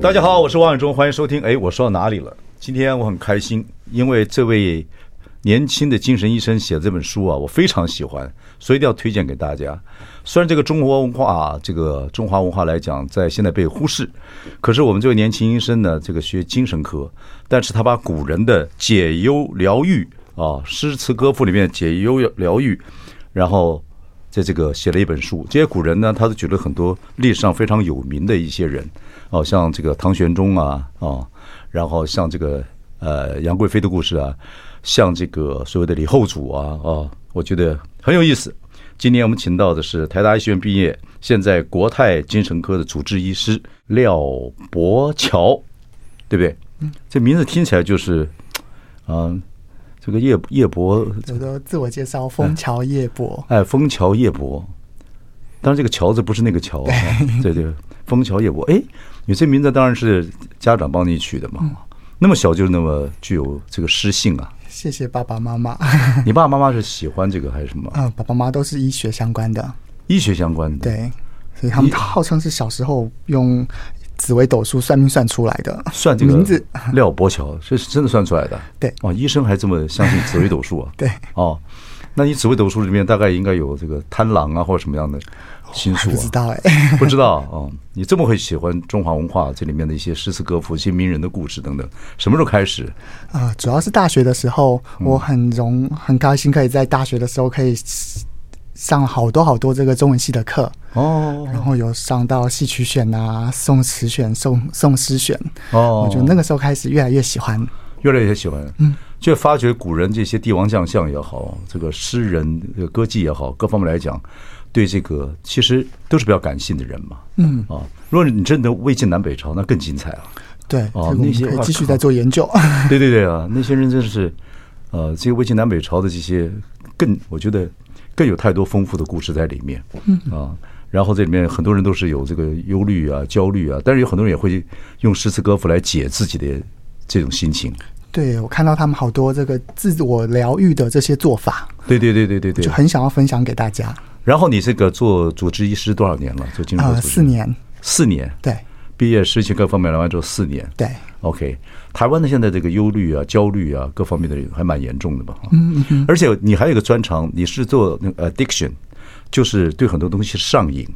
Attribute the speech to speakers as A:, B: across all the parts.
A: 大家好，我是王永忠，欢迎收听。哎，我说到哪里了？今天我很开心，因为这位年轻的精神医生写这本书啊，我非常喜欢，所以一定要推荐给大家。虽然这个中国文化啊，这个中华文化来讲，在现在被忽视，可是我们这位年轻医生呢，这个学精神科，但是他把古人的解忧疗愈啊，诗词歌赋里面的解忧疗愈，然后在这个写了一本书。这些古人呢，他都举了很多历史上非常有名的一些人，哦，像这个唐玄宗啊，哦，然后像这个呃杨贵妃的故事啊，像这个所谓的李后主啊，哦，我觉得很有意思。今天我们请到的是台大医学院毕业，现在国泰精神科的主治医师廖伯乔，对不对？这名字听起来就是，嗯、这个叶叶伯
B: 我都自我介
A: 嗯
B: 绍，枫桥夜泊。
A: 哎，枫桥夜泊，当然这个桥字不是那个桥 啊，对对，枫桥夜泊。哎，你这名字当然是家长帮你取的嘛，
B: 嗯
A: 那么小就那么具有这个诗性 啊。
B: 谢谢爸爸妈妈，
A: 你爸爸妈妈是喜欢这个还是什么？
B: 嗯，爸爸妈妈都是医学相关的，
A: 医学相关的，，
B: 对，所以他们
A: 你
B: 号称是小时候用紫微斗数算命算出来的，
A: 算这个
B: 名字，
A: 廖伯乔，这是真的算出来的。
B: 对
A: 哦，医生还这么相信紫微斗数啊？
B: 对，
A: 哦，那你紫微斗数里面大概应该有这个贪狼啊，或者什么样的星
B: 还
A: 宿
B: 不知
A: 啊？
B: 道 哎、
A: 不知道哦，你这么会喜欢中华文化这里面的一些诗词歌赋、一些名人的故事等等，什么时候开始？
B: 啊、主要是大学的时候，
A: 嗯
B: 我很荣很开心可以在大学的时候可以上好多好多这个中文系的课，
A: 哦
B: 然后有上到戏曲选啊、宋词选、宋宋诗选，
A: 哦
B: 我觉得那个时候开始越来越喜欢。
A: 越来越喜欢，嗯，就发掘古人这些帝王将相也好，这个诗人、这个歌妓也好，各方面来讲，对这个其实都是比较感性的人嘛，嗯啊，如果你真的魏晋南北朝，那更精彩了。
B: 对，
A: 哦
B: 这个我
A: 那
B: 们
A: 些
B: 可以
A: 哇
B: 继续
A: 靠
B: 再做研究。
A: 对对对啊，那些人真是，呃，这个魏晋南北朝的这些更，我觉得更有太多丰富的故事在里面，
B: 嗯
A: 啊，然后这里面很多人都是有这个忧虑啊、焦虑啊，但是有很多人也会用诗词歌赋来解自己的这种心情。
B: 对，我看到他们好多这个自我疗愈的这些做法，
A: 对对对对对对
B: 就。很想要分享给大家。
A: 然后你这个做主治医师多少年了？做精神科
B: 呃，
A: 主治
B: 四，年，
A: 四年，
B: 对
A: 毕业实习各方面来完之后四年，
B: 对，
A: OK，台湾的现在这个忧虑啊、焦虑啊各方面的还蛮严重的吧？嗯嗯。而且你还有一个专长，你是做那个呃 addiction，就是对很多东西上瘾，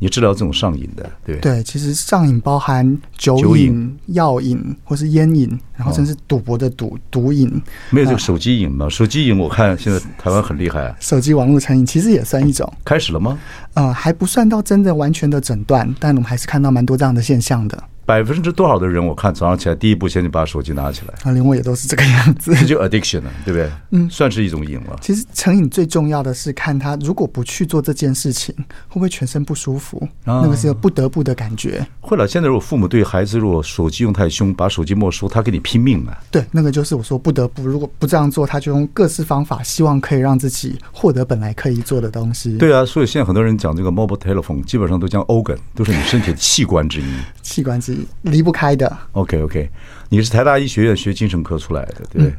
A: 你治疗这种上瘾的，对不对？
B: 对。其实上瘾包含酒
A: 酒
B: 瘾、
A: 瘾
B: 药瘾或是烟瘾，然后甚至赌博的赌、毒瘾，
A: 没有这个手机瘾嘛？手机瘾我看现在台湾很厉害啊，
B: 手机网络成瘾其实也算一种。
A: 开始了吗？
B: 呃，还不算到真的完全的诊断，但我们还是看到蛮多这样的现象的。
A: 百分之多少的人我看早上起来第一步先就把手机拿起来，
B: 啊，连我也都是这个样子。
A: 这就 addiction 了，对不对？嗯，算是一种瘾了。
B: 其实成瘾最重要的是看他如果不去做这件事情，会不会全身不舒服？
A: 啊
B: 那个是个不得不的感觉。
A: 会了，现在如果父母对孩子如果手机用太凶，把手机没收，他跟你拼命啊。
B: 对，那个就是我说不得不，如果不这样做，他就用各式方法，希望可以让自己获得本来可以做的东西。，
A: 对啊，所以现在很多人讲这个 mobile telephone，基本上都将 organ 都是你身体的器官 之一。
B: 器官是离不开的。
A: OK OK，你是台大医学院学精神科出来的，对不对？
B: 嗯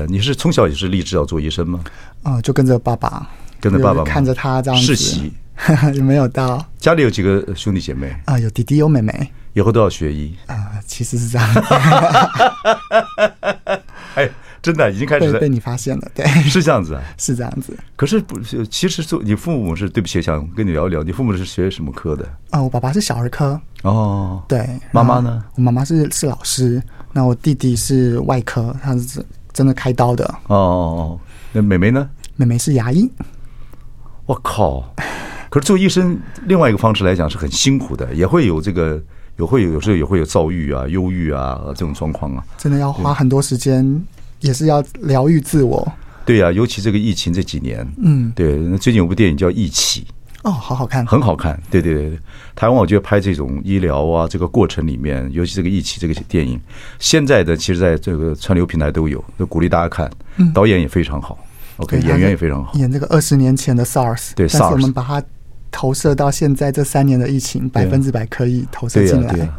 A: 呃，你是从小也是立志要做医生吗？
B: 呃，就跟着爸爸，
A: 跟着爸爸
B: 就是看着他这样子，
A: 世袭，
B: 有没有到
A: 家里有几个兄弟姐妹，
B: 啊、有弟弟有妹妹
A: 以后都要学医。
B: 啊、其实是这样
A: 哎，真的已经 开始
B: 被
A: 在
B: 被你发现了，对，
A: 是这样子啊。
B: 是这样子。
A: 可是不，是，其实做你父母是对不起，想跟你聊一聊，你父母是学什么科的？
B: 啊、我爸爸是小儿科，
A: 哦，
B: 对，
A: 妈妈
B: 然后
A: 呢？
B: 我妈妈是是老师，那我弟弟是外科，他是真真的开刀的。
A: 哦哦哦，那妹妹呢？
B: 妹妹是牙医，
A: 我靠！可是做医生，另外一个方式来讲是很辛苦的，也会有这个，也会有有时候也会有躁郁啊、忧郁啊这种状况啊。
B: 真的要花很多时间，也是要疗愈自我。
A: 对呀、尤其这个疫情这几年，
B: 嗯
A: 对。那最近有部电影叫《义气》，
B: 哦，好好看，
A: 很好看。对对对对，台湾我觉得拍这种医疗啊这个过程里面，尤其这个疫情这个电影，现在的其实在这个串流平台都有，就鼓励大家看，导演也非常好，OK，
B: 嗯对他
A: 演员
B: 是
A: 也非常好。
B: 演这个二十年前的 SARS，
A: 对
B: 但是我
A: SARS
B: 们把它投射到现在这三年的疫情，
A: 对啊
B: 百分之百可以投射
A: 对呀、
B: 进来。
A: 对呀、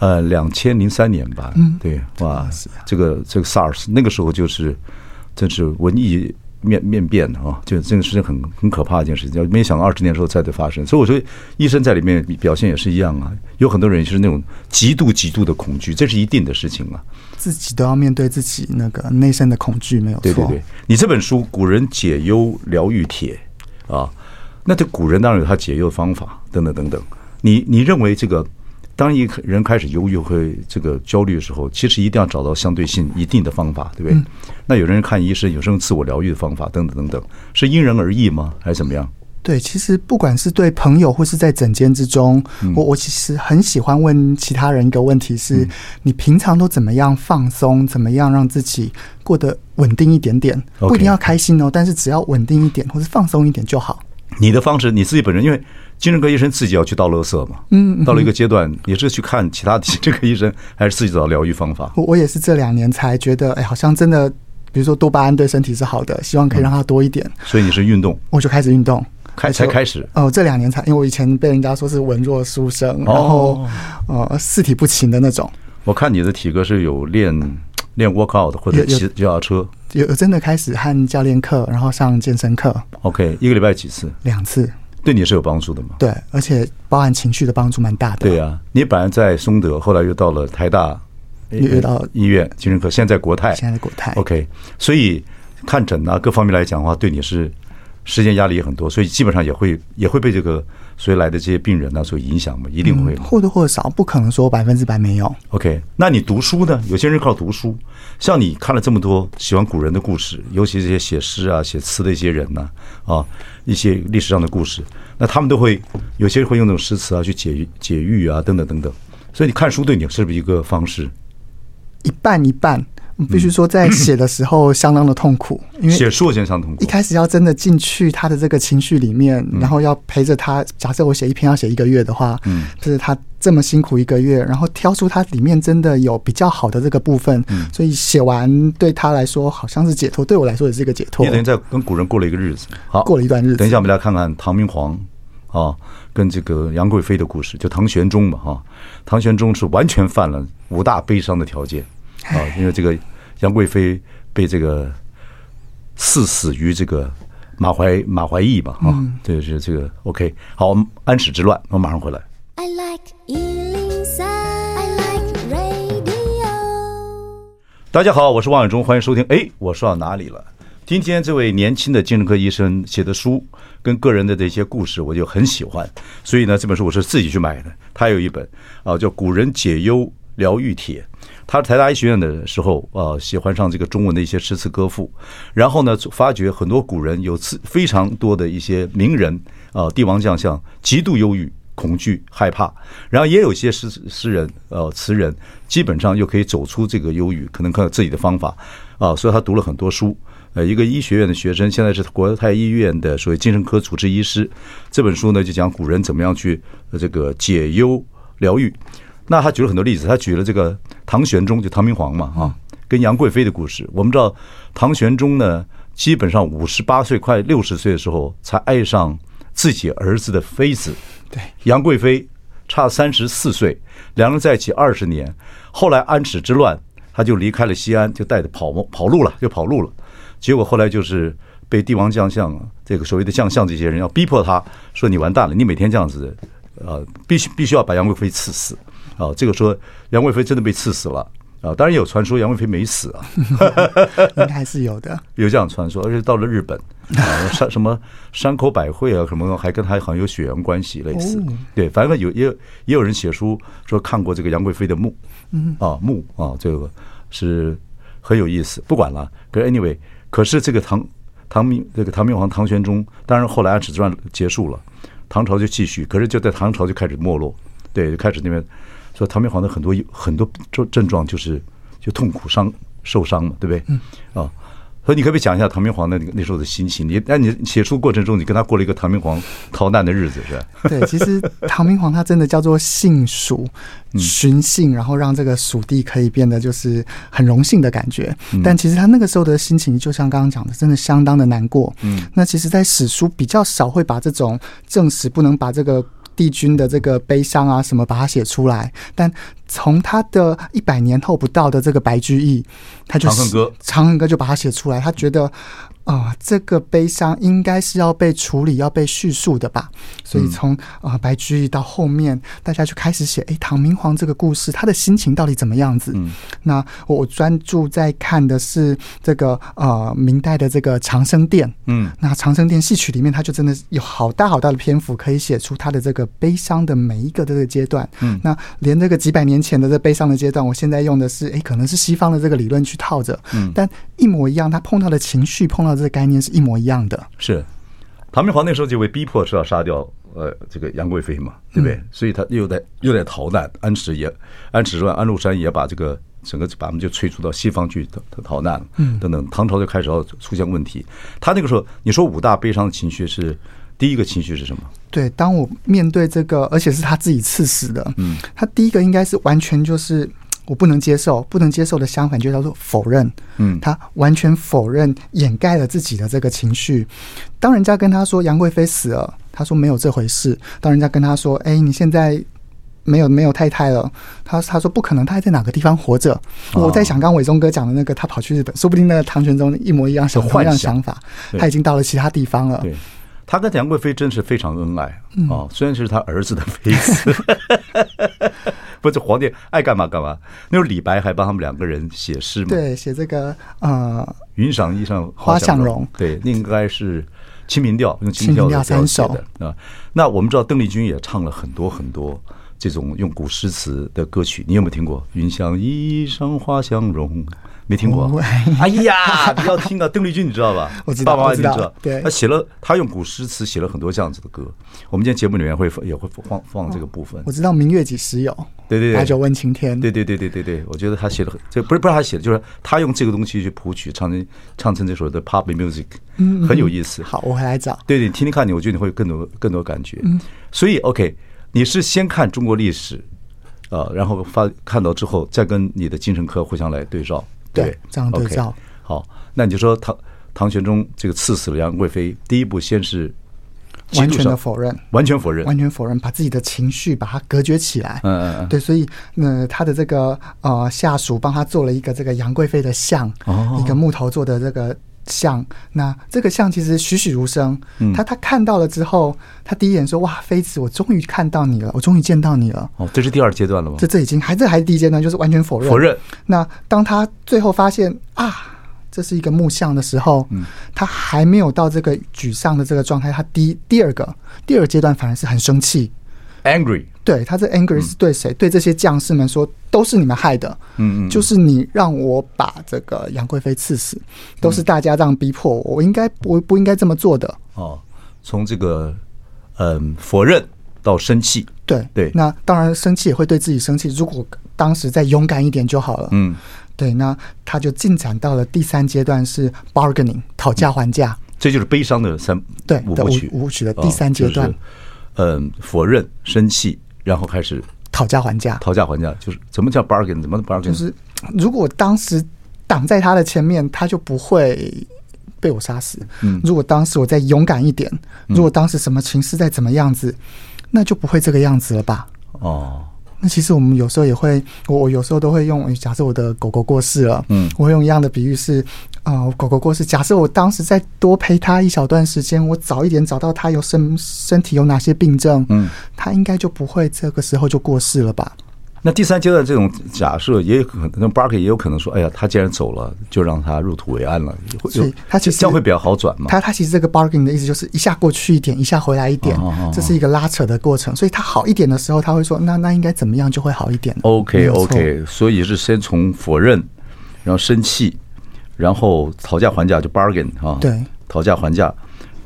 A: 呃，两千零三年吧，嗯，对，哇，
B: 是啊
A: 这个这个 SARS 那个时候就是，真是文艺面面变啊，就这个事情很很可怕的一件事情，没想到二十年之后再得发生，所以我说医生在里面表现也是一样啊，有很多人是那种极度极度的恐惧，这是一定的事情啊，
B: 自己都要面对自己那个内心的恐惧，没有
A: 对对
B: 错。
A: 对，你这本书《古人解忧疗愈帖》啊，那这古人当然有他解忧的方法，等等等等。你你认为这个，当一个人开始忧郁和这个焦虑的时候，其实一定要找到相对性一定的方法，对不对？那有人看医生，有时候自我疗愈的方法，等等等等，是因人而异吗？还是怎么样？
B: 对其实不管是对朋友或是在整间之中，
A: 嗯
B: 我我其实很喜欢问其他人一个问题是：你平常都怎么样放松？怎么样让自己过得稳定一点点？
A: OK
B: 不一定要开心哦，但是只要稳定一点或是放松一点就好。
A: 你的方式，你自己本人，因为精神科医生自己要去倒垃圾嘛，嗯，到了一个阶段，也是去看其他的精神科医生，还是自己找疗愈方法？
B: 我我也是这两年才觉得，哎，好像真的，比如说多巴胺对身体是好的，希望可以让它多一点，
A: 所以你是运动
B: 我就开始运动。
A: 嗯开
B: 而且
A: 才开始，哦
B: 哦，这两年才，因为我以前被人家说是文弱书生，然后、呃四体不勤的那种，
A: 我看你的体格是有练练 workout 或者
B: 有有
A: 骑脚踏车
B: 有有真的开始和教练课，然后上健身课
A: ，OK，一个礼拜几次，
B: 两次，
A: 对你是有帮助的吗？
B: 对，而且包含情绪的帮助蛮大的。
A: 对啊呀、你本来在松德，后来又到了台大，
B: 又又到
A: 呃医院精神科，现在在国泰
B: 现在的国泰
A: ，OK，所以看诊啊各方面来讲的话，对你是时间压力也很多，所以基本上也会也会被这个所以来的这些病人呢、啊所影响嘛，一定会嘛。
B: 嗯或多或少，不可能说百分之百没有。
A: OK，那你读书呢？有些人靠读书，像你看了这么多喜欢古人的故事，尤其这些写诗啊、写词的一些人呢、啊，一些历史上的故事，那他们都会有些人会用这种诗词啊去解解郁啊，等等等等。所以你看书对你是不是一个方式？
B: 一半一 半，我必须说在写的时候相当的痛苦，因为
A: 写书我先上痛苦
B: 一，开始要真的进去他的这个情绪里面，
A: 嗯
B: 然后要陪着他。假设我写一篇要写一个月的话，嗯，就是他这么辛苦一个月，然后挑出他里面真的有比较好的这个部分，
A: 嗯
B: 所以写完对他来说好像是解脱，对我来说也是一个解脱
A: 你。等于在跟古人过了一个日子。好，
B: 过了一段日子
A: 等一下，我们来看看唐明皇啊，跟这个杨贵妃的故事，就唐玄宗嘛哈、啊唐玄宗是完全犯了五大悲伤的条件啊，因为这个杨贵妃被这个赐死于这个马怀马怀义嘛哈、啊
B: 嗯
A: 这是这个 OK。好，我们安史之乱，我马上回来。
C: I like Ealing Sound. I like radio.
A: 大家好，我是王永忠，欢迎收听。哎，我说到哪里了？今天这位年轻的精神科医生写的书跟个人的这些故事，我就很喜欢，所以呢，这本书我是自己去买的。他有一本啊，叫《古人解忧疗愈帖》。他是台大医学院的时候，啊，喜欢上这个中文的一些诗词歌赋，然后呢，发觉很多古人有自非常多的一些名人啊、帝王将相极度忧郁，恐惧、害怕，然后也有些诗诗人、呃词人，基本上又可以走出这个忧郁，可能看到自己的方法啊，所以他读了很多书。呃，一个医学院的学生，现在是国泰医院的所谓精神科主治医师。这本书呢，就讲古人怎么样去呃这个解忧疗愈。那他举了很多例子，他举了这个唐玄宗，就唐明皇嘛，啊，跟杨贵妃的故事。我们知道唐玄宗呢，基本上五十八岁快六十岁的时候，才爱上自己儿子的妃子，
B: 对，
A: 杨贵妃差三十四岁，两人在一起二十年。后来安史之乱，他就离开了西安，就带着跑跑路了，就跑路了。结果后来就是被帝王将相啊，这个所谓的将相这些人要逼迫他，说你完蛋了，你每天这样子，呃，必须必须要把杨贵妃赐死啊、这个说杨贵妃真的被赐死了啊、当然有传说杨贵妃没死啊，
B: 应该是有的。
A: 有这样传说，而且到了日本，啊，山什么山口百惠啊，什么还跟他好像有血缘关系类似。对，反正有也有也有人写书说看过这个杨贵妃的墓，啊墓啊，这个是很有意思。不管了，可是 anyway，可是这个唐唐明这个唐明皇唐玄宗，当然后来安史之乱结束了，唐朝就继续，可是就在唐朝就开始没落，对，就开始那边说唐明皇的很多很多症症状就是就痛苦伤受伤嘛，对不对？嗯，啊。所以你可不可以讲一下唐明皇的那个那时候的心情？你那你写书过程中，你跟他过了一个唐明皇逃难的日子是吧？
B: 对，其实唐明皇他真的叫做信蜀，
A: 嗯
B: 寻衅，然后让这个蜀地可以变得就是很荣幸的感觉。
A: 嗯
B: 但其实他那个时候的心情，就像刚刚讲的，真的相当的难过。嗯，那其实，在史书比较少会把这种正史不能把这个。帝君的这个悲伤啊，什么把它写出来，但从他的一百年后不到的这个白居易，他就
A: 长恨歌
B: 长恨歌就把它写出来，他觉得啊、这个悲伤应该是要被处理、要被叙述的吧。所以从啊、白居易到后面，大家就开始写，诶，唐明皇这个故事，他的心情到底怎么样子？那我我专注在看的是这个呃明代的这个长生殿，
A: 嗯，
B: 那长生殿戏曲里面，它就真的有好大好大的篇幅可以写出它的这个悲伤的每一个的这个阶段。嗯，那连这个几百年前的这悲伤的阶段，我现在用的是，诶，可能是西方的这个理论去套着，嗯，但一模一样，他碰到的情绪、碰到这个概念是一模一样的。
A: 是，唐明皇那时候就被逼迫是要杀掉呃这个杨贵妃嘛，对不对？所以他又在又在逃难，安史也安史之乱，安禄山也把这个整个把他们就催逐到西方去逃逃难了，等等，唐朝就开始要出现问题。他那个时候，你说五大悲伤的情绪是第一个情绪是什么？
B: 对，当我面对这个，而且是他自己刺死的，嗯，他第一个应该是完全就是我不能接受，不能接受的相反就叫做否认，
A: 嗯
B: 他完全否认，掩盖了自己的这个情绪。当人家跟他说杨贵妃死了，他说没有这回事；当人家跟他说，哎，你现在。没有没有太太了，他他说不可能，他还在哪个地方活着？
A: 哦
B: 我在想，刚刚伟忠哥讲的那个，他跑去日本，说不定那个唐玄宗一模一样想
A: 有
B: 同
A: 幻
B: 样
A: 想
B: 想法，
A: 对
B: 他已经到了其他地方了。
A: 对，啊他跟杨贵妃真是非常恩爱啊，虽然是他儿子的妃子， 不是皇帝爱干嘛干嘛。那时候李白还帮他们两个人写诗嘛，
B: 对，写这个呃
A: 云裳衣裳
B: 花
A: 想
B: 想
A: 容，
B: 容
A: 对，那应该是《清明调》，用《
B: 清明
A: 调》
B: 调
A: 的
B: 三
A: 写
B: 首
A: 的啊。那我们知道邓丽君也唱了很多很多这种用古诗词的歌曲，你有没有听过？云裳衣裳花想容，没听过
B: 我。
A: 哎呀，你要听啊，邓丽君你知道吧？
B: 我知道
A: 爸妈
B: 我
A: 一
B: 知
A: 定
B: 道
A: 知道。
B: 对
A: 她写了，她用古诗词写了很多这样子的歌。我们今天节目里面会也会放放这个部分
B: 我。知道明月几时有，
A: 对对对
B: 把酒问青天。
A: 对对对对对对，我觉得他写的很，这不是不是他写的，就是他用这个东西去谱曲，唱成唱成这首的 pop music，很有意思。
B: 好，我回来找。
A: 对对，听听看你，我觉得你会有更多更多感觉。所以 OK，你是先看中国历史，呃，然后发看到之后，再跟你的精神科互相来对照，
B: 对
A: 对，
B: 这样对照
A: OK，好，那你就说唐唐玄宗这个刺死了杨贵妃，第一步先是
B: 完全的
A: 上
B: 否认，
A: 完全否认，
B: 完全否认，把自己的情绪把它隔绝起来。
A: 嗯嗯嗯
B: 对，所以呃，他的这个呃下属帮他做了一个这个杨贵妃的像，
A: 哦
B: 一个木头做的这个像。那这个像其实栩栩如生，
A: 嗯
B: 他他看到了之后，他第一眼说：“哇，妃子，我终于看到你了，我终于见到你了。”
A: 哦，这是第二阶段了吗
B: 这？这已经还这还是第一阶段，就是完全否认。
A: 否认。
B: 那当他最后发现啊，这是一个木像的时候，
A: 嗯
B: 他还没有到这个沮丧的这个状态。他第一第二个第二阶段反而是很生气，
A: angry，
B: 对他这
A: 嗯
B: anger 是对谁？对这些将士们说，都是你们害的，
A: 嗯嗯嗯
B: 就是你让我把这个杨贵妃刺死，都
A: 嗯
B: 是大家这样逼迫我，我应该我不应该这么做的。
A: 哦，从这个嗯否认到生气，
B: 对
A: 对
B: 那当然生气也会对自己生气。如果当时再勇敢一点就好了。
A: 嗯，
B: 对，那他就进展到了第三阶段是 bargaining 讨价还价，
A: 这就是悲伤的三
B: 对
A: 五
B: 的
A: 部
B: 五
A: 曲
B: 五部曲的第三阶
A: 哦
B: 段
A: 就是嗯，否认、生气，然后开始
B: 讨价还价，
A: 讨价还价，就是怎么叫 bargain，怎么 bargain，
B: 就是如果当时挡在他的前面，他就不会被我杀死。
A: 嗯
B: 如果当时我再勇敢一点，如果当时什么情势再怎么样子，那就不会这个样子了吧？
A: 哦，
B: 那其实我们有时候也会，我我有时候都会用，诶假设我的狗狗过世了，
A: 嗯
B: 我会用一样的比喻是，啊、狗狗过世，假设我当时再多陪它一小段时间，我早一点找到它有身身体有哪些病症，
A: 嗯，
B: 它应该就不会这个时候就过世了吧？
A: 那第三阶段这种假设也有可能，bargain 也有可能说，哎呀，他既然走了，就让他入土为安了，会
B: 所以他其实
A: 这样会比较好转嘛？
B: 它它其实这个 bargaining 的意思就是一下过去一点，一下回来一点，
A: 哦哦哦
B: 这是一个拉扯的过程。所以它好一点的时候，他会说，那那应该怎么样就会好一点。没
A: OK
B: 有错
A: OK，所以是先从否认，然后生气，然后讨价还价就 bargain 啊，
B: 对，
A: 讨价还价。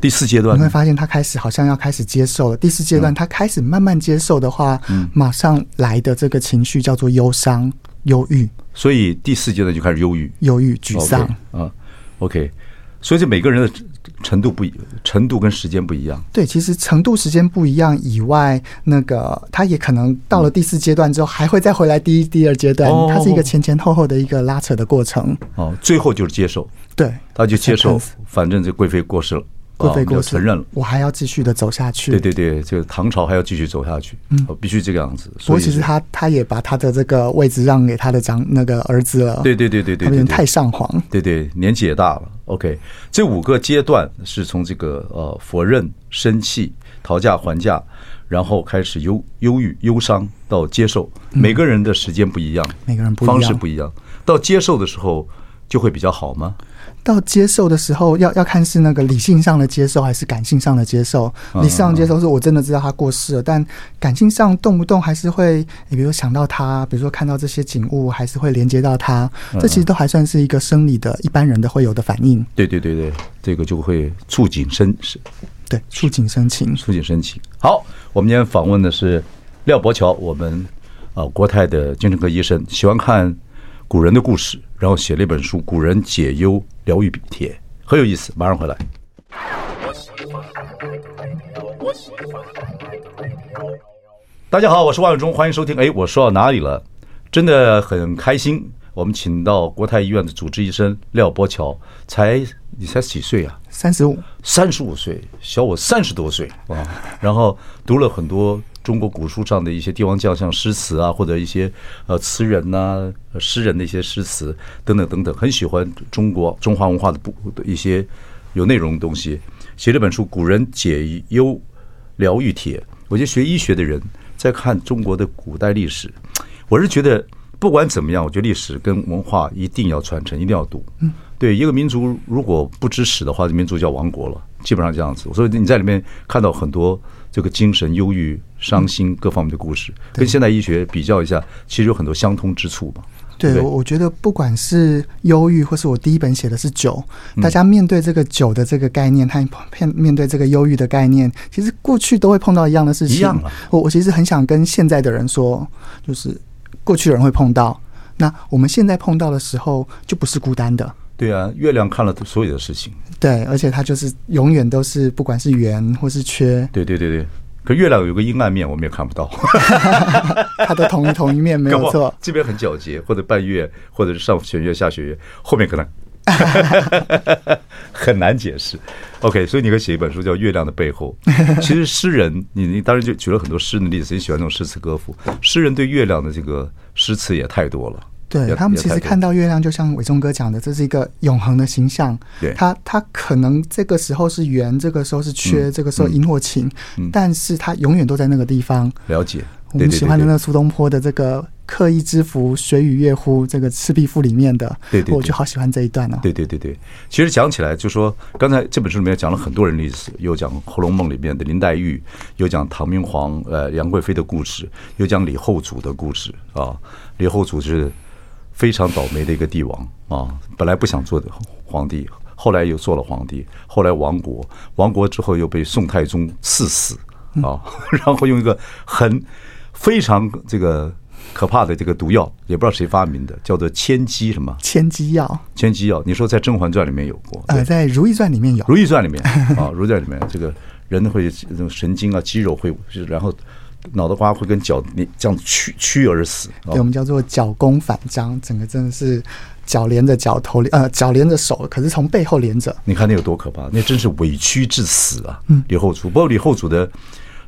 A: 第四阶段
B: 你
A: 呢
B: 会发现他开始好像要开始接受了。第四阶段，
A: 嗯
B: 他开始慢慢接受的话，马上来的这个情绪叫做忧伤、忧郁、
A: 所以第四阶段就开始忧郁、
B: 忧郁、沮丧。
A: OK，啊。 OK，所以这每个人的程度不一，程度跟时间不一样。
B: 对，其实程度时间不一样以外，那个他也可能到了第四阶段之后，还会再回来第一、第二阶段
A: 嗯哦，
B: 它是一个前前后后的一个拉扯的过程。
A: 哦，最后就是接受，
B: 对，
A: 他就接受
B: acceptance，
A: 反正这贵妃过世了，
B: 贵
A: 啊
B: 妃
A: 我们就
B: 过世，
A: 承认了。
B: 我还要继续的走下去。
A: 对对对，这个唐朝还要继续走下去，哦必须这个样子。
B: 嗯不
A: 所
B: 过
A: 以
B: 其实
A: 是
B: 他他也把他的这个位置让给他的长那个儿子了，
A: 对对对对对
B: 他有
A: 对
B: 点
A: 对，
B: 太上皇。
A: 对对，年纪也大了。OK，这五个阶段是从这个呃否认、生气、讨价还价，然后开始忧忧郁、忧伤到接受，每个人的时间不一样，
B: 嗯每个人不一样
A: 方式不一样。到接受的时候就会比较好吗？
B: 到接受的时候，要要看是那个理性上的接受还是感性上的接受。
A: 嗯
B: 理性上接受是我真的知道他过世了，但感性上动不动还是会，你比如想到他，比如说看到这些景物，还是会连接到他。这其实都还算是一个生理的一般人的会有的反应，
A: 对对对对，这个就会促进生生
B: 对，触景生情。
A: 促进申请。好，我们今天访问的是廖伯桥，我们呃国泰的精神科医生，喜欢看古人的故事，然后写了一本书《古人解忧疗愈笔帖》，很有意思。马上回来。大家好，我是万永忠，欢迎收听。哎，我说到哪里了？真的很开心，我们请到国泰医院的主治医生廖伯桥，才你才几岁啊？
B: 三十五，
A: 三十五岁，小我三十多岁啊。然后读了很多中国古书上的一些帝王将相诗词啊，或者一些呃词人呐、呃诗人的一些诗词等等等等，很喜欢中国中华文化的不的一些有内容的东西。写了本书《古人解忧疗愈帖》，我觉得学医学的人在看中国的古代历史，我是觉得不管怎么样，我觉得历史跟文化一定要传承，一定要读。嗯，对，一个民族如果不知史的话，这民族叫亡国了，基本上这样子。所以你在里面看到很多这个精神忧郁、伤心各方面的故事，跟现代医学比较一下，其实有很多相通之处嘛。对不
B: 对，
A: 对
B: 我我觉得不管是忧郁，或是我第一本写的是酒，
A: 嗯
B: 大家面对这个酒的这个概念，和面面对这个忧郁的概念，其实过去都会碰到一样的事情。
A: 一样啊了
B: 我我其实很想跟现在的人说，就是过去的人会碰到，那我们现在碰到的时候就不是孤单的。
A: 对啊，月亮看了所有的事情。
B: 对，而且它就是永远都是，不管是圆或是缺，
A: 对对对对，可月亮有个阴暗面，我们也看不到。
B: 它都同一同一面，没
A: 搞不
B: 有
A: 好
B: 错。
A: 这边很皎洁，或者半月，或者是上弦月、下弦月，后面可能 很难解释。OK，所以你可以写一本书叫《月亮的背 后》。其实诗人，你你当然就举了很多诗人的例子，你喜欢那种诗词歌赋。诗人对月亮的这个诗词也太多了。
B: 对
A: 也
B: 他们
A: 也
B: 其实
A: 太多
B: 看到月亮，就像伟忠哥讲的，这是一个永恒的形象。
A: 对
B: 它它可能这个时候是圆，这个时候是
A: 嗯
B: 缺，这个时候阴或晴，但是它永远都在那个地方。
A: 了解，嗯
B: 我
A: 对
B: 们
A: 对
B: 喜
A: 对
B: 欢的
A: 对
B: 那苏东坡的这个“刻意之福，水与月乎”这个《赤壁赋》里面的，
A: 对对对
B: 我就好喜欢这一段哦。
A: 对对对对，其实讲起来，就说刚才这本书里面讲了很多人的历史，有讲《红楼梦》里面的林黛玉，有讲唐明皇呃杨贵妃的故事，有讲李后主的故事啊。李后主是非常倒霉的一个帝王啊，本来不想做的皇帝，后来又做了皇帝，后来亡国，亡国之后又被宋太宗赐死啊， 然后用一个很非常这个可怕的这个毒药，也不知道谁发明的，叫做千机什么。
B: 千机药，
A: 千机药，你说在《甄嬛传》里面有过，对《
B: 呃，在《如懿传》里面有。
A: 如懿传》里面啊，《如懿传》里面这个人会这种神经啊、肌肉会，然后脑袋瓜会跟脚你这样屈屈而死啊
B: 对，我。们叫做脚弓反张，整个真的是脚连着脚头连，呃，脚连着手，可是从背后连着。
A: 你看那有多可怕，那真是委屈致死啊！李后主，不过李后主的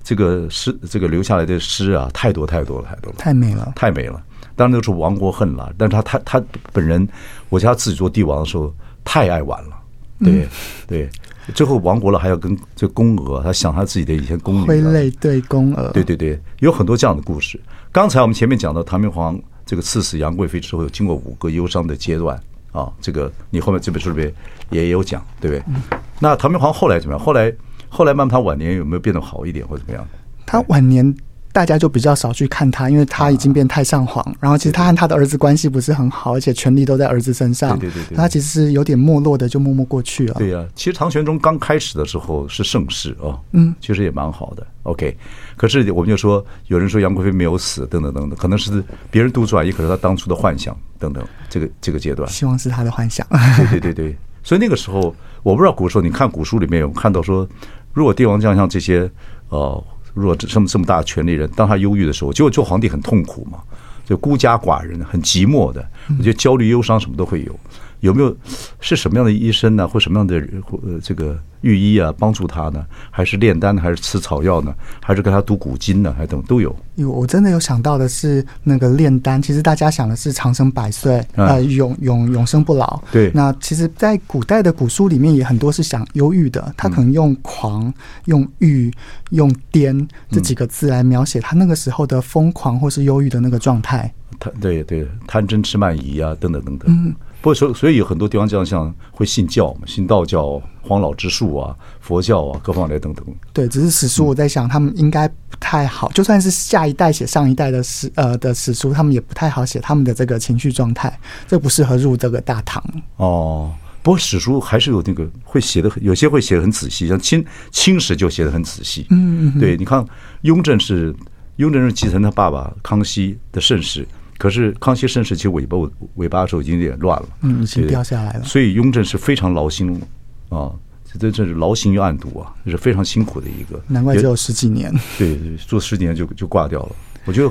A: 这个诗，这个留下来的诗啊，太多太多了，太多了。
B: 太美了，
A: 太美了。当然那个是亡国恨了，但是他他他本人，我觉得他自己做帝王的时候太爱玩了，
B: 嗯
A: 对、对，最后亡国了还要跟这宫娥，他想他自己的以前宫
B: 挥
A: 女啊，
B: 泪对宫娥。
A: 对对对，有很多这样的故事。刚才我们前面讲到唐明皇这个赐死杨贵妃之后，有经过五个忧伤的阶段啊，这个你后面这本书里面也有讲，对不
B: 嗯
A: 对？那唐明皇后来怎么样？后来后来慢慢他晚年有没有变得好一点或怎么样？
B: 他晚年大家就比较少去看他，因为他已经变太上
A: 啊
B: 皇。然后其实他和他的儿子关系不是很好，而且权力都在儿子身上。
A: 对对对对
B: 他其实是有点没落的，就默默过去了。
A: 对呀、其实唐玄宗刚开始的时候是盛世啊，嗯，其实也蛮好的。OK，可是我们就说，有人说杨贵妃没有死，等等等等，可能是别人杜撰，也可能是他当初的幻想等等，这个这个阶段，
B: 希望是他的幻想。
A: 对对对对。所以那个时候，我不知道古时候你看古书里面有看到说，如果帝王将相这些呃，如果这么这么大的权力人，当他忧郁的时候，结果做皇帝很痛苦嘛，就孤家寡人，很寂寞的。我觉得焦虑、忧伤什么都会有。有没有是什么样的医生呢，或什么样的人或呃这个御医啊，帮助他呢？还是炼丹，还是吃草药呢？还是跟他读古今呢？还等都有。
B: 有，我真的有想到的是那个炼丹。其实大家想的是长生百岁，
A: 嗯
B: 呃，永永永生不老。
A: 对
B: 那其实，在古代的古书里面，也很多是想忧郁的。他可能用
A: 嗯
B: 狂、用郁、用癫这几个字来描写他那个时候的疯狂或是忧郁的那个状态。
A: 贪对对贪嗔痴慢疑啊，等等等等。嗯，不过所以所以有很多地方这样像会信教嘛，信道教、黄老之术啊、佛教啊，各方面等等。
B: 对，只是史
A: 嗯
B: 书我在想，他们应该不太好，就算是下一代写上一代的史呃的史书，他们也不太好写他们的这个情绪状态，这不适合入这个大唐。
A: 哦，不过史书还是有那个会写的，有些会写的很仔细，像清清史就写的很仔细。嗯嗯，对，你看雍正是雍正是继承他爸爸康熙的盛世，可是康熙盛世其实尾巴尾巴的时候已经有点乱了，
B: 嗯已经
A: 对
B: 掉下来了
A: 所以雍正是非常劳心啊。这这这是劳心又暗度啊，这是非常辛苦的一个。
B: 难怪
A: 也
B: 只有十几年。
A: 对，对做十年就就挂掉了。我觉得，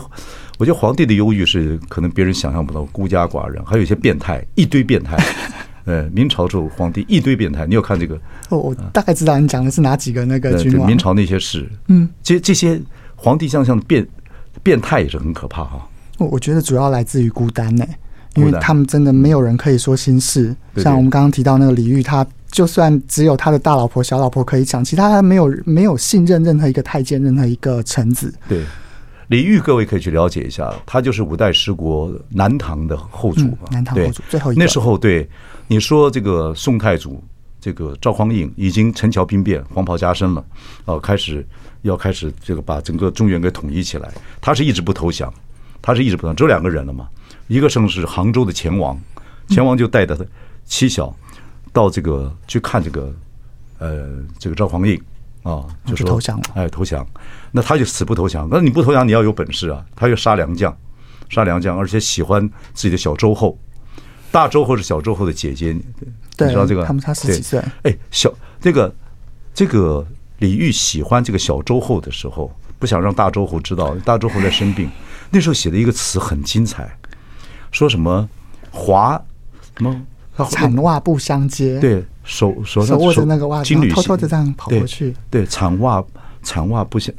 A: 我觉得皇帝的忧郁是可能别人想象不到，孤家寡人，还有一些变态，一堆变 态。呃，明朝时候皇帝一堆变态，你有看这个？
B: 哦，我大概知道你讲的是哪几个那个
A: 呃，
B: 君
A: 就
B: 王。
A: 嗯明朝那些事，嗯，这这些皇帝像像的变变态也是很可怕哈、
B: 我我觉得主要来自于孤单呢、因
A: 孤
B: 为
A: 单
B: 他们真的没有人可以说心事。
A: 对对
B: 像我们刚刚提到那个李煜，他就算只有他的大老婆、小老婆可以讲，其他他没有没有信任任何一个太监、任何一个臣子。
A: 对，李煜各位可以去了解一下，他就是五代十国南唐的后主嘛，
B: 嗯南唐
A: 对
B: 后主最后一个
A: 那时候对你说这个宋太祖这个赵匡胤已经陈桥兵变，黄袍加身了，哦，开始要开始这个把整个中原给统一起来，他是一直不投降，他是一直不投降，只有两个人了嘛，一个盛是杭州的钱王，钱王就带着他妻小到这个去看这个呃这个赵匡胤。啊，就
B: 就
A: 说
B: 投降了
A: 哎，投降，那他就死不投降。那你不投降，你要有本事啊！他就杀良将，杀良将，而且喜欢自己的小周后，大周后是小周后的姐姐，你
B: 对
A: 你知道这个？
B: 他们差十几岁
A: 对。哎，小这个这个李煜喜欢这个小周后的时候，不想让大周后知道，大周后在生病。 那时候写的一个词很精彩，说什么华什么他
B: 惨袜不相接。，
A: 对手手上
B: 手握着那个袜子
A: 金缕
B: 然后偷偷
A: 鞋
B: 地这样跑过去
A: 对，对惨袜惨袜不像，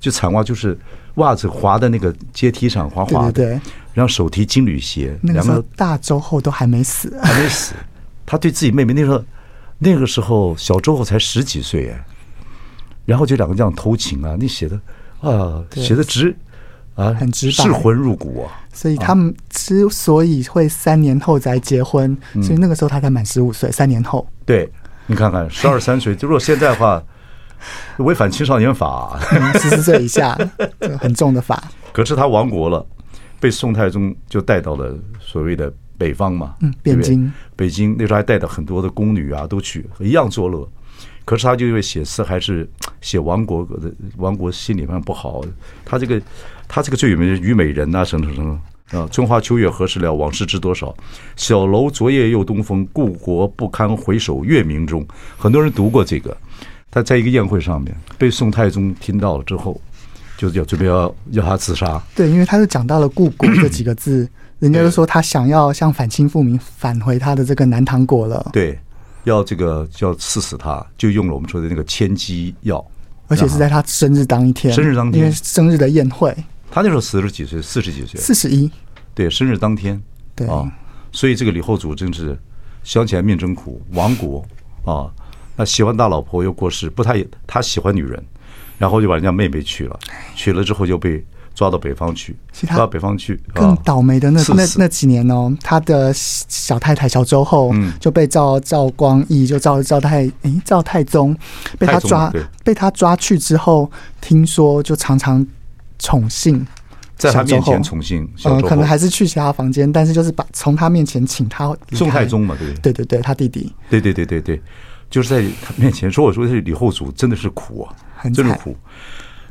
A: 就惨袜就是袜子滑在那个阶梯上滑滑的，
B: 对对对
A: 然后手提金缕鞋，
B: 那个
A: 两
B: 时候
A: 个
B: 大周后都还没死。
A: 还没死，他对自己妹妹那时候那个时候小周后才十几岁哎，然后就两个这样偷情啊，你写的啊
B: 对
A: 写的直啊
B: 很直白
A: 噬魂入骨啊，
B: 所以他们之所以会三年后才结婚，
A: 嗯
B: 所以那个时候他才满十五岁，三年后。
A: 对你看看十二三岁，就如果现在的话。违反青少年法，啊
B: 十四岁以下，这个很重的法。
A: 可是他亡国了，被宋太宗就带到了所谓的北方嘛，
B: 嗯
A: 对不对
B: 汴京，
A: 北京那时候还带着很多的宫女啊，都去一样作乐。可是他就因为写诗还是写亡国的亡国心理上不好，他这个他这个最有名的是虞美人呐、什么什么什么。啊，春花秋月何时了？往事知多少？小楼昨夜又东风，故国不堪回首月明中。很多人读过这个，他在一个宴会上面被宋太宗听到了之后，就要准备要要他自杀。
B: 对，因为他就讲到了“故国”这几个字，
A: 嗯
B: 人家就说他想要向反清复明，返回他的这个南唐国了。，
A: 对，要这个要刺死他，就用了我们说的那个千机药，
B: 而且是在他生日当一天，
A: 生日当天
B: 因为生日的宴会，
A: 他那时候四十几岁，四十几岁，
B: 四十一，
A: 对，生日当天，
B: 对
A: 啊，所以这个李后主真是想起来命真苦，亡国啊，那喜欢大老婆又过世，不太他喜欢女人，然后就把人家妹妹娶了，娶了之后就被抓到北方去，
B: 其
A: 抓
B: 他
A: 到北方去，啊
B: 更倒霉的那
A: 刺
B: 那
A: 死
B: 那几年哦，他的小太太小周后
A: 嗯
B: 就被赵赵光义就赵赵太诶赵太宗被他
A: 太宗
B: 抓
A: 对
B: 被他抓去之后，听说就常常宠幸
A: 在他
B: 小周
A: 面前
B: 后
A: 重新，小周
B: 呃，可
A: 后
B: 能还是去其他房间，但是就是把从他面前请他离
A: 宋太
B: 开
A: 宗嘛，对不对？
B: 对对对，他弟弟
A: 对对对对对，就是在他面前说，我说这李后主真的是苦啊，
B: 很
A: 真是
B: 惨
A: 苦。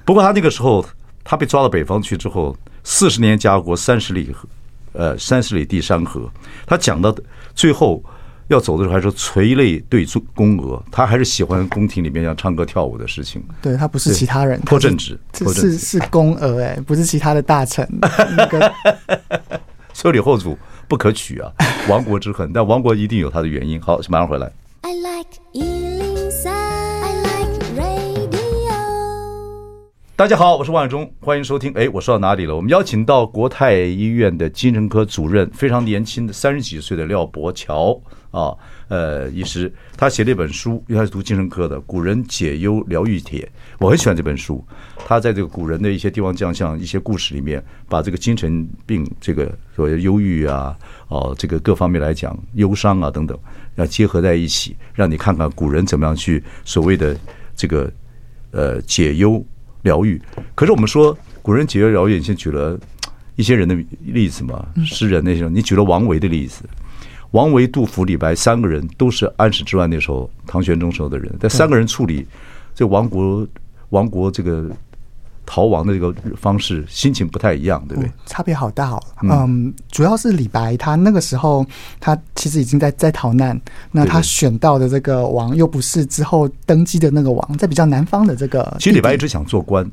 A: 不过他那个时候，他被抓到北方去之后，四十年家国，三十里河，呃，三十里地山河。他讲到最后，要走的时候还说垂泪对中宫娥，他还是喜欢宫廷里面要唱歌跳舞的事情。
B: 对他不是其他人，
A: 对
B: 他是
A: 颇正直
B: 是
A: 颇正直
B: 是是宫娥哎，不是其他的大 臣。那个
A: 所以李后主不可取啊，亡国之恨。但亡国一定有它的原因。好，马上回来。
C: I like Ealing Sound. I like radio.
A: 大家好，我是万永忠，欢迎收听。哎，我说到哪里了？我们邀请到国泰医院的精神科主任，非常年轻的三十几岁的廖伯乔啊，呃，医师，他写了一本书，因为他是读精神科的，《古人解忧疗愈帖》，我很喜欢这本书。他在这个古人的一些地方将相、一些故事里面，把这个精神病、这个所谓忧郁啊、哦、这个各方面来讲，忧伤啊等等，要结合在一起，让你看看古人怎么样去所谓的这个呃解忧疗愈。可是我们说古人解忧疗愈，你先举了嘖一些人的例子嘛，诗人那些人，你举了王维的例子。王维、杜甫、李白三个人都是安史之乱那时候唐玄宗时候的人，但三个人处理这亡国亡国这个逃亡的这个方式，心情不太一样，对不对？
B: 差别好大哦。嗯，主要是李白他那个时候他其实已经在在逃难，那
A: 对
B: 他
A: 对
B: 选到的这个王又不是之后登基的那个王，在比较南方的这个地点。
A: 其实李白一直想做官，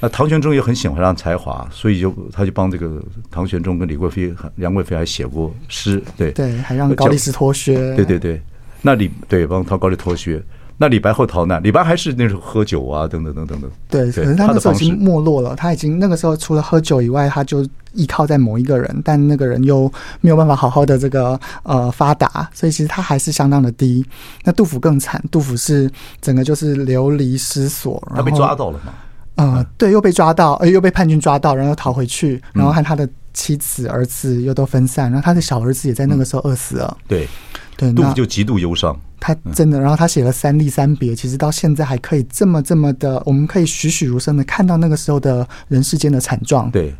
A: 那唐玄宗也很喜欢他的才华，所以就他就帮这个唐玄宗跟李贵妃、杨贵妃还写过诗，对
B: 对，还让高力士脱靴。
A: 对对对，那李对帮唐高丽脱靴。那李白后逃难，李白还是那时候喝酒啊，等等等等等。
B: 对，可是
A: 他
B: 他那
A: 的
B: 时候
A: 方
B: 已
A: 式
B: 经没落了，他已经那个时候除了喝酒以外，他就依靠在某一个人，但那个人又没有办法好好的这个呃发达，所以其实他还是相当的低。那杜甫更惨，杜甫是整个就是流离失所，然
A: 他
B: 后
A: 被抓到了嘛？嗯
B: 呃，对，又被抓到，呃，又被叛军抓到，然后又逃回去，然后和他的妻子、儿子又都分散，然后他的小儿子也在那个时候饿死了。
A: 对，
B: 对，
A: 杜
B: 那
A: 甫嗯就嗯极度忧伤。
B: 他真的，然后他写了三吏三别，其实到现在还可以这么这么的，我们可以栩栩如生的看到那个时候的人世间的惨状。
A: 对，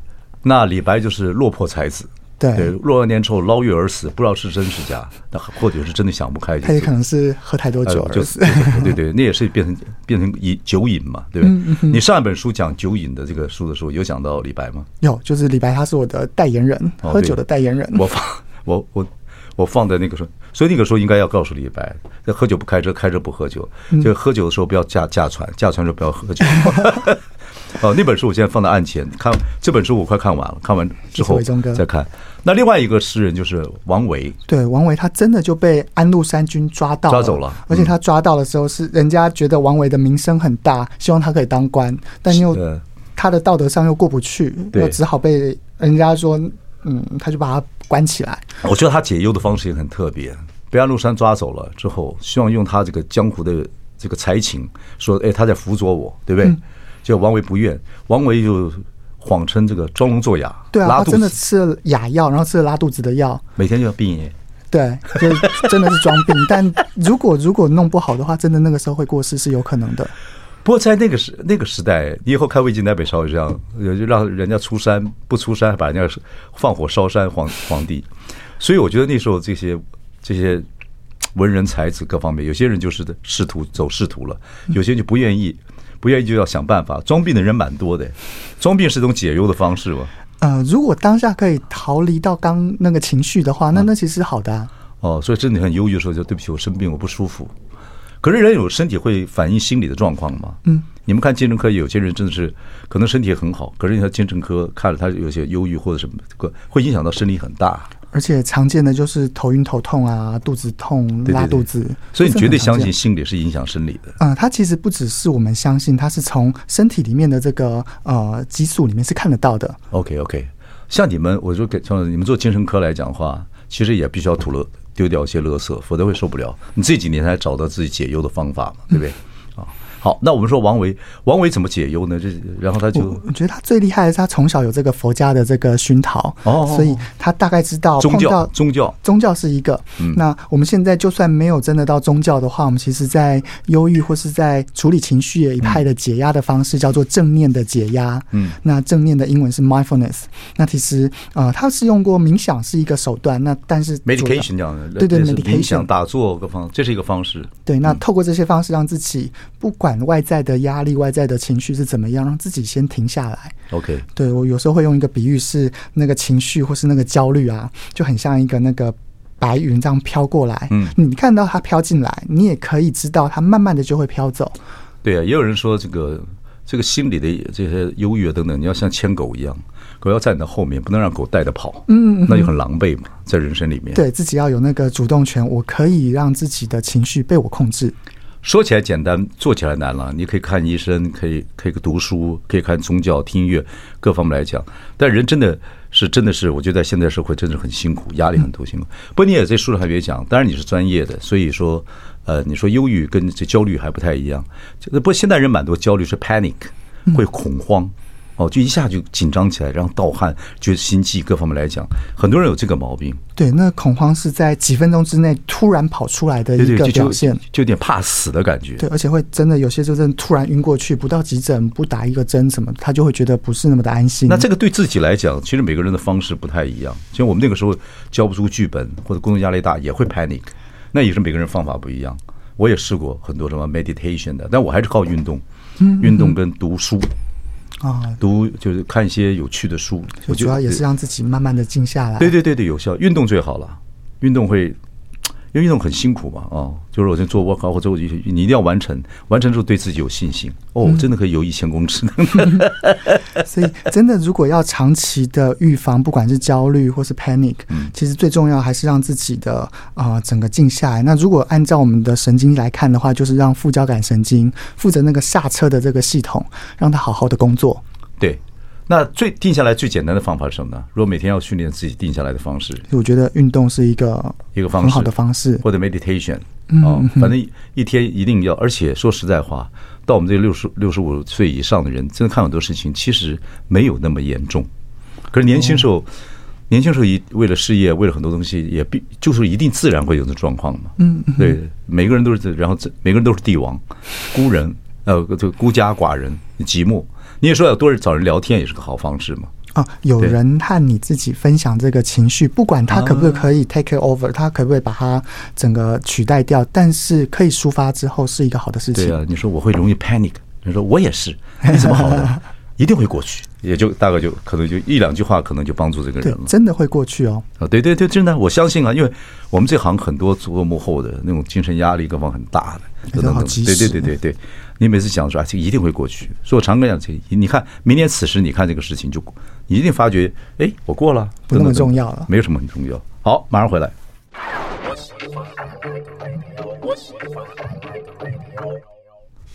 A: 那李白就是落魄才子，
B: 对
A: 对，若干年之后捞月而死，不知道是真是假，那或许是真的想不开，
B: 他也可能是喝太多
A: 呃
B: 酒而
A: 就
B: 死。
A: 对对对，那也是变成变成瘾酒瘾嘛，对不
B: 嗯
A: 对？你上一本书讲酒瘾的这个书的时候，有讲到李白吗？
B: 有，就是李白，他是我的代言人，
A: 哦
B: 喝酒的代言人。
A: 我放我我我放在那个时候，所以那个时候应该要告诉李白，这喝酒不开车，开车不喝酒，
B: 嗯
A: 就喝酒的时候不要驾驾船，驾船的时候不要喝酒。 哦，那本书我现在放在案前看，这本书我快看完了，看完之
B: 谢谢
A: 后
B: 伟忠哥
A: 再看。那另外一个诗人就是王维，
B: 对，王维他真的就被安禄山军抓到
A: 抓走了嗯
B: 而且他抓到的时候是人家觉得王维的名声很大，希望他可以当官，但又
A: 呃，
B: 他的道德上又过不去，
A: 对
B: 又只好被人家说，嗯，他就把他关起来。
A: 我觉得他解忧的方式也很特别。被安禄山抓走了之后，希望用他这个江湖的这个才情，说，哎，他在辅佐我，对不对？
B: 嗯
A: 就王维不愿，王维就谎称这个装聋作哑，
B: 对啊，
A: 拉
B: 他
A: 肚
B: 真的
A: 子
B: 吃了哑药，然后吃了拉肚子的药，
A: 每天就要闭眼。
B: 对，就真的是装 病。但如果如果弄不好的话，真的那个时候会过世是有可能的。
A: 不过在那个时那个时代，你以后看魏晋南北朝也这样，有就让人家出山不出山，还把人家放火烧山皇皇帝。所以我觉得那时候这些这些文人才子各方面，有些人就是仕途走仕途了，有些人就不愿意，不愿意就要想办法。装病的人蛮多的，装病是一种解忧的方式嘛。
B: 呃，如果当下可以逃离到刚那个情绪的话，
A: 嗯
B: 那那其实是好的、啊。
A: 哦，所以真的很忧郁的时候，就对不起，我生病，我不舒服。可是人有身体会反映心理的状况嘛？嗯，你们看精神科有些人真的是可能身体很好，可是你看精神科看了他有些忧郁或者什么，这个会影响到生理很大。
B: 而且常见的就是头晕头痛啊，肚子痛、
A: 对对
B: 拉
A: 对
B: 肚子，
A: 所以你绝
B: 这是很
A: 对
B: 常
A: 相
B: 见
A: 信心理是影响生理的。
B: 呃，它其实不只是我们相信，它是从身体里面的这个呃激素里面是看得到的。
A: OK OK，像你们，我就给像你们做精神科来讲的话，其实也必须要吐了丢掉一些垃圾，否则会受不了。你这几年才找到自己解忧的方法嘛，对不对？
B: 嗯
A: 啊，好，那我们说王维，王维怎么解忧呢？这然后他就
B: 我我觉得他最厉害的是他从小有这个佛家的这个熏陶，
A: 哦哦
B: 所以他大概知道
A: 宗
B: 哦碰
A: 教
B: 到
A: 宗教
B: 宗教是一个。
A: 嗯
B: 那我们现在就算没有真的到宗教的话，我们其实在忧郁或是在处理情绪有一派的解压的方式，叫做正念的解压。
A: 嗯，
B: 那正念的英文是 mindfulness。那其实呃，他是用过冥想是一个手段，那但是主要
A: medication 这样的，
B: 对对
A: 类似
B: medication
A: 冥想、嗯打坐各方，这是一个方式。
B: 对，那透过这些方式，让自己不管外在的压力、外在的情绪是怎么样，让自己先停下来。
A: OK，
B: 对我有时候会用一个比喻是，那个情绪或是那个焦虑啊，就很像一个那个白云这样飘过来，
A: 嗯
B: 你看到它飘进来，你也可以知道它慢慢的就会飘走。
A: 对啊，也有人说这个这个心理的这些优越等等，你要像牵狗一样，狗要在你的后面，不能让狗带着跑，嗯，那就很狼狈嘛，在人生里面。，
B: 对自己要有那个主动权，我可以让自己的情绪被我控制。
A: 说起来简单，做起来难了。你可以看医生，可以可以读书，可以看宗教、听音乐，各方面来讲。但人真的是真的是，我觉得在现代社会真的是很辛苦，压力很多，辛苦。不过你也在书上也讲，当然你是专业的，所以说，呃，你说忧郁跟这焦虑还不太一样。这不过现代人蛮多焦虑是 panic，会
B: 嗯
A: 恐慌。哦，就一下就紧张起来，然后盗汗，觉得心悸各方面来讲，很多人有这个毛病。
B: 对，那恐慌是在几分钟之内突然跑出来的
A: 对
B: 一
A: 对，
B: 个
A: 就就
B: 表现。
A: 就有点怕死的感觉。
B: 对，而且会真的有些就真的突然晕过去，不到急诊，不打一个针什么，他就会觉得不是那么的安心。
A: 那这个对自己来讲，其实每个人的方式不太一样。像我们那个时候交不出剧本，或者工作压力大，也会 panic，那也是每个人方法不一样。我也试过很多什么 meditation 的，但我还是靠运动，运动跟读书，
B: 啊，
A: 读就是看一些有趣的书。
B: 就
A: 我
B: 主
A: 觉
B: 要
A: 得
B: 也是让自己慢慢的静下来。
A: 对对对对有效，运动最好了，运动会。因为运动很辛苦嘛，啊、哦，就是我在做 workout 或者我就你一定要完成，完成之后对自己有信心，哦，我真的可以游一千公尺，
B: 所以，真的如果要长期的预防，不管是焦虑或是 panic，、
A: 嗯
B: 其实最重要还是让自己的啊、呃整个静下来。那如果按照我们的神经来看的话，就是让副交感神经负责那个刹车的这个系统，让它好好的工作。
A: 对，那最定下来最简单的方法是什么呢？如果每天要训练自己定下来的方式，
B: 所以我觉得运动是一个
A: 一个方式
B: 很好的方式。
A: 或者 meditation，哦，反正一天一定要。而且说实在话，到我们这六十六十五岁以上的人，真的看很多事情其实没有那么严重。可是年轻时候，年轻时候一为了事业，为了很多东西，也必就是一定自然会有这状况嘛。嗯，对，每个人都是这，然后这每个人都是帝王，孤人，呃，这个孤家寡人，寂寞。你也说要多人找人聊天，也是个好方式嘛。
B: 啊，有
A: 对啊
B: 人和你自己分享这个情绪，不管他可不可以 take it over，、他可不可以把它整个取代掉，但是可以抒发之后是一个好的事情。
A: 对啊，你说我会容易 panic，你说我也 是，你怎么好的？一定会过去，也就大概就可能就一两句话，可能就帮助这个人
B: 对
A: 了，
B: 真的会过去哦。
A: 啊！对对对，真的，我相信啊，因为我们这行很多做幕后的那种精神压力各方很大的，等
B: 哎这
A: 等
B: 好
A: 等
B: 及
A: 等，对对
B: 时
A: 对对对，你每次讲说啊，这个一定会过去，所以我常跟你讲，这个你看明年此时，你看这个事情就，你一定发觉，哎，我过了，
B: 不那么
A: 等等等等
B: 重要了
A: 没有什么很重要。好，马上回来。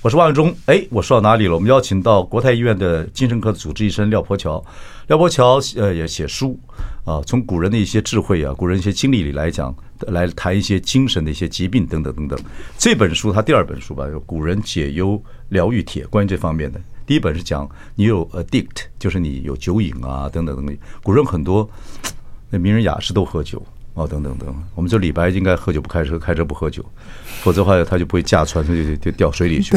A: 我是万忠，哎，我说到哪里了？我们邀请到国泰医院的精神科主治医生廖伯桥，廖伯桥呃也写书啊，从古人的一些智慧啊，古人一些经历里来讲，来谈一些精神的一些疾病等等等等。这本书他第二本书吧，有《古人解忧疗愈帖》，关于这方面的。第一本是讲你有 addict，就是你有酒瘾啊等等等等。古人很多那名人雅士都喝酒哦，等等等，我们这李白应该喝酒不开车，开车不喝酒，否则的话他就不会驾船，他就就就掉水里去，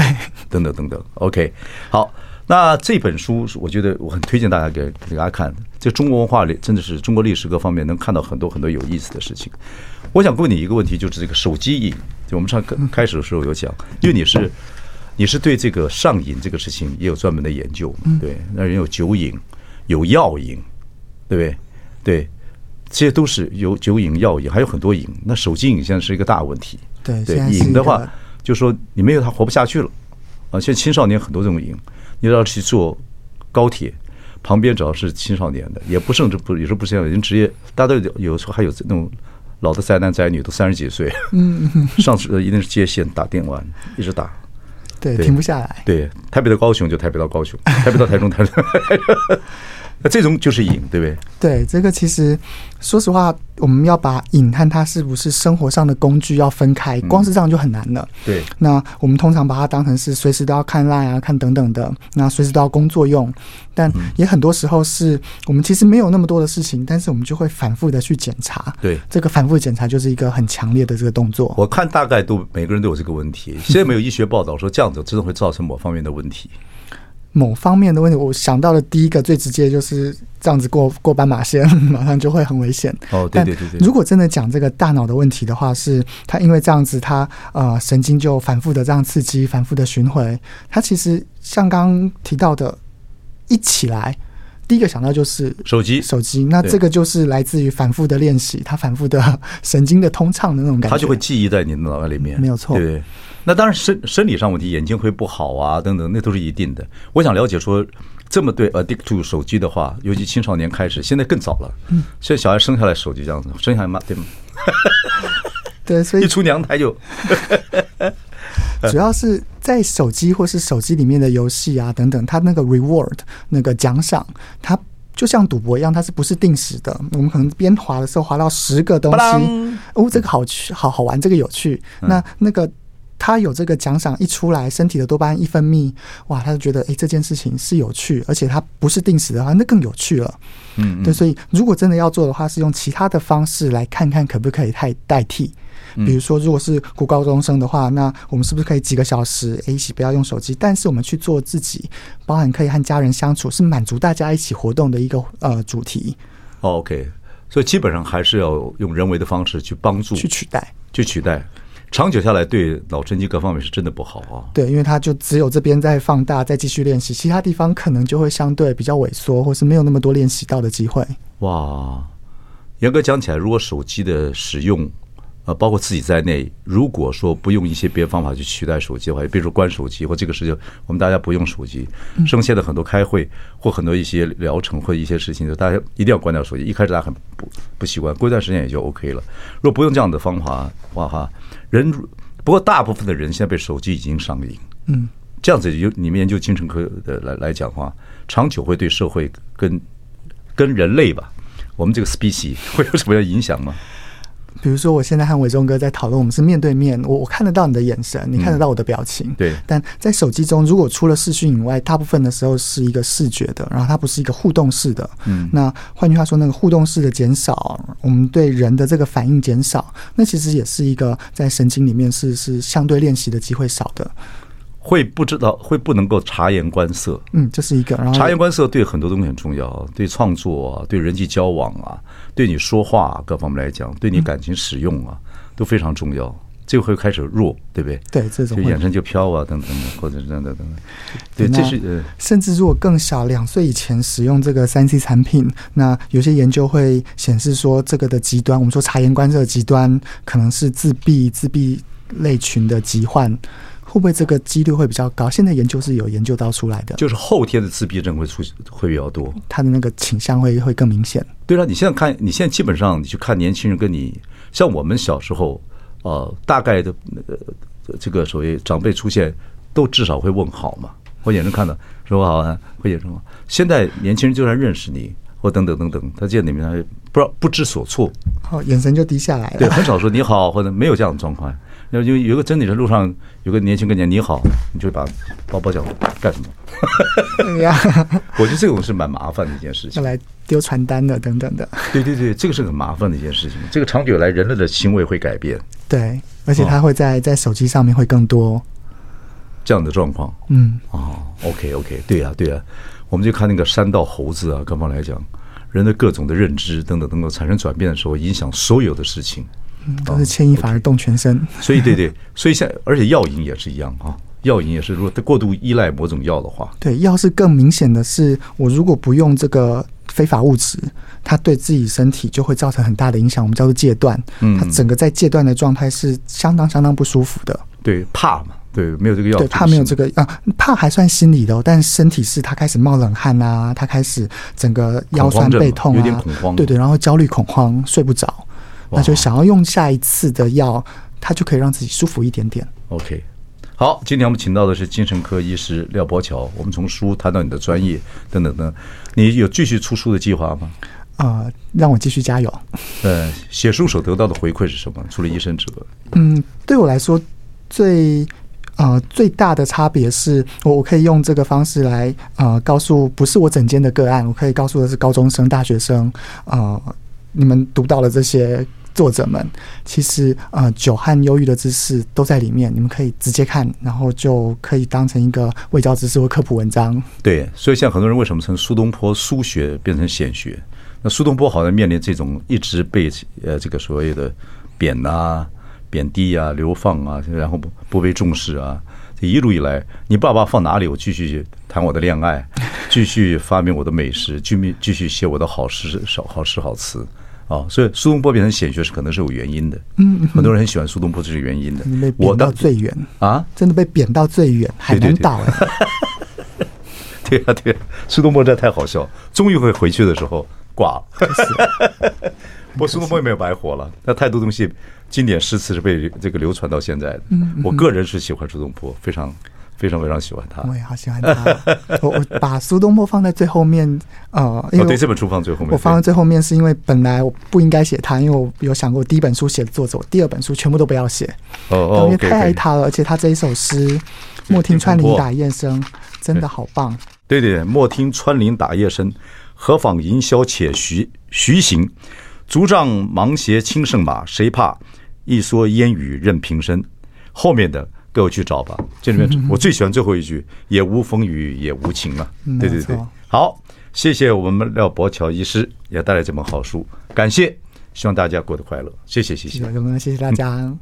A: 等等等等。OK，好，那这本书是我觉得我很推荐大家给给大家看，这中国文化里真的是中国历史各方面能看到很多很多有意思的事情。我想问你一个问题，就是这个手机瘾，就我们上开始的时候有讲，因为你是。你是对这个上瘾这个事情也有专门的研究，对，那人有酒瘾，有药瘾，对不对？对，这些都是有酒瘾、药瘾，还有很多瘾。那手机瘾现在是一个大问题。
B: 对
A: 对
B: 现，在是
A: 瘾
B: 一
A: 的
B: 个
A: 话，就说你没有他活不下去了啊！现在青少年很多这种瘾，你要去坐高铁，旁边只要是青少年的，也不甚至不也是不是青少年，职业大家都有有时候还有那种老的宅男宅女都三十几岁，嗯，上次呃一定是接线打电玩，一直打。
B: 对，
A: 对
B: 停不下来。
A: 对，台北到高雄就台北到高雄，台北到台中台中，那这种就是瘾，对不对？
B: 对，这个其实说实话，我们要把瘾和它是不是生活上的工具要分开，光是这样就很难了。
A: 嗯对
B: 那我们通常把它当成是随时都要看 line 啊、看等等的，那随时都要工作用，但
A: 嗯
B: 也很多时候是我们其实没有那么多的事情，但是我们就会反复的去检查。
A: 对
B: 这个反复的检查就是一个很强烈的这个动作。
A: 我看大概都每个人都有这个问 题。现在没有医学报道说这样子真的会造成某方面的问题。
B: 某方面的问题，我想到的第一个最直接就是这样子过过斑马线， 马上就会很危险。
A: 哦对
B: 但
A: 对对对
B: 如果真的讲这个大脑的问题的话，是它因为这样子，它呃神经就反复的这样刺激，反复的循环。它其实像刚刚提到的，一起来第一个想到就是
A: 手机
B: 手机，那
A: 对
B: 这个就是来自于反复的练习，它反复的 神经的通畅的那种感觉，
A: 它就会记忆在你的脑袋里面，
B: 没有错
A: 对不对？那当然身生理上问题，眼睛会不好啊，等等，那都是一定的。我想了解说，这么对 addict to 手机的话，尤其青少年开始，现在更早了。嗯，现在小孩生下来手机这样子，生下来嘛，对吗？
B: 对，所以
A: 一出娘胎就
B: 主要是在手机或是手机里面的游戏啊等等，它那个 reward 那个奖赏，它就像赌博一样，它是不是定时的？我们可能边滑的时候滑到十个东
A: 巴
B: 西
A: 啷，
B: 哦，这个好趣，好好玩，这个有趣。那那个。它有这个奖赏一出来，身体的多巴胺一分泌，哇，他就觉得诶这件事情是有趣，而且它不是定时的话，那更有趣了。
A: 嗯，
B: 对，所以如果真的要做的话，是用其他的方式来看看可不可以代代替。
A: 嗯
B: 比如说，如果是国高中生的话，那我们是不是可以几个小时诶一起不要用手机，但是我们去做自己，包含可以和家人相处，是满足大家一起活动的一个呃主题
A: 哦 OK。所以基本上还是要用人为的方式去帮助、
B: 去取代。
A: 去取代，长久下来对脑神经各方面是真的不好啊。
B: 对，因为它就只有这边在放大，再继续练习，其他地方可能就会相对比较萎缩，或是没有那么多练习到的机会。
A: 哇，严格讲起来，如果手机的使用，呃，包括自己在内，如果说不用一些别的方法去取代手机的话，比如说关手机或这个事情，我们大家不用手机，剩下的很多开会或很多一些疗程或一些事情，就大家一定要关掉手机。一开始大家很不不习惯，过一段时间也就 OK 了。如果不用这样的方法，哇哈，人不过大部分的人现在被手机已经上瘾，嗯。这样子有你们研究精神科的来来讲的话，长久会对社会跟跟人类吧，我们这个 species 会有什么样的影响吗？
B: 比如说，我现在和伟忠哥在讨论，我们是面对面，我我看得到你的眼神，你看得到我的表情。
A: 对
B: 但在手机中，如果除了视讯以外，大部分的时候是一个视觉的，然后它不是一个互动式的。嗯，那换句话说，那个互动式的减少，我们对人的这个反应减少，那其实也是一个在神经里面是是相对练习的机会少的。
A: 会不知道，会不能够察言观色。
B: 嗯，这是一个。然后
A: 察言观色对很多东西很重要啊，对创作啊，对人际交往啊，对你说话、啊、各方面来讲，对你感情使用啊，都非常重要。这个会开始弱，对不对？
B: 对这种
A: 就
B: 会
A: 眼神就飘啊，等等的，或者是等等等等。对，
B: 那
A: 这是呃，
B: 甚至如果更小，两岁以前使用这个三 C 产品，那有些研究会显示说，这个的极端，我们说察言观色的极端，可能是自闭、自闭类群的疾患，会不会这个几率会比较高？现在研究是有研究到出来的，
A: 就是后天的自闭症会出会比较多。
B: 它的那个倾向会会更明显。
A: 对了，你现在看，你现在基本上你去看年轻人跟你，像我们小时候，呃，大概的呃这个所谓长辈出现，都至少会问好嘛，我眼中看到说好啊，会眼中好。现在年轻人就算认识你或等等等等，他见你们还不知道不知所措，
B: 哦，眼神就低下来
A: 对，
B: 了。
A: 很少说你好或者没有这样的状况。 那就有个真理是路上有个年轻跟你讲你好，你就把包包讲干什么？
B: 对呀，
A: 我觉得这种是蛮麻烦的一件事情
B: 要。来丢传单的等等的。
A: 对对对，这个是很麻烦的一件事情。这个长久以来，人类的行为会改变
B: 对，而且它会在在手机上面会更多。
A: 这样的状况。
B: 嗯，
A: 哦，OK OK，对呀、对呀、我们就看那个山道猴子啊，各方来讲，人的各种的认知等等等等产生转变的时候，影响所有的事情。
B: 都是牵一发而动全身。
A: 所以对 对，所以现在而且药瘾也是一样啊，药瘾也是，如果过度依赖某种药的话，
B: 对，要是更明显的是，我如果不用这个非法物质，它对自己身体就会造成很大的影响，我们叫做戒断。
A: 嗯
B: 它整个在戒断的状态是相当相当不舒服的。
A: 对怕嘛，对没有这个药，
B: 对，怕没有这
A: 个
B: 个啊、怕还算心理的、哦，但身体是他开始冒冷汗啊，他开始整个腰
A: 恐
B: 酸
A: 慌症
B: 背
A: 嘛
B: 痛啊，
A: 有点恐慌
B: 对对，然后焦虑恐慌，睡不着，那就想要用下一次的药，他就可以让自己舒服一点点。
A: OK，好，今天我们请到的是精神科医师廖伯桥，我们从书谈到你的专业等等等，你有继续出书的计划吗？
B: 呃，让我继续加油。
A: 呃，写书所得到的回馈是什么？除了医生之外，
B: 嗯，对我来说最。呃，最大的差别是我我可以用这个方式来呃告诉，不是我整间的个案，我可以告诉的是高中生、大学生，呃，你们读到了这些作者们，其实呃酒和忧郁的知识都在里面，你们可以直接看，然后就可以当成一个卫教知识或科普文章。
A: 对，所以现在很多人为什么从苏东坡苏学变成显学？那苏东坡好像面临这种一直被呃这个所谓的贬啊、贬低啊、流放啊，然后不不被重视啊，这一路以来，你爸爸放哪里，我继续谈我的恋 爱，继续发明我的美食，继续继续写我的好诗、好好诗、好词啊。所以苏东坡变成显学是可能是有原因的，嗯，很多人很喜欢苏东坡这是有原因的
B: 你被。
A: 我
B: 贬到
A: 当
B: 最远，
A: 啊，
B: 真的被贬到最远，海
A: 对对
B: 南
A: 对
B: 岛哎、
A: 对呀、对、呀，苏东坡真的太好笑，终于会回去的时候挂了。不过苏东坡也没有白活了，那太多东西经典诗词是被这个流传到现在的。
B: 嗯
A: 我个人是喜欢苏东坡，非常非常非常喜欢他。
B: 我也好喜欢他。哦我我把苏东坡放在最后面，呃，因
A: 我
B: 为
A: 哦对这本书放最后面，
B: 我放在最后面是因为本来我不应该写他，因为我有想过第一本书写作者，我第二本书全部都不要写，
A: 哦哦，
B: 因为
A: OK，
B: 太爱
A: 可以嗯
B: 他了。而且他这一首诗《莫听穿林打雁声》真的好棒，
A: 对对，对莫听穿林打叶声，何妨吟啸且徐徐行。竹杖芒鞋轻胜马，谁怕？一蓑烟雨任平生。后面的各位去找吧。这里 面我最喜欢最后一句：也无风雨也无晴了。对对对
B: 嗯没错，
A: 好，谢谢我们廖伯乔医师也带来这本好书，感谢，希望大家过得快乐，谢谢谢谢
B: 有。没有？谢谢大家。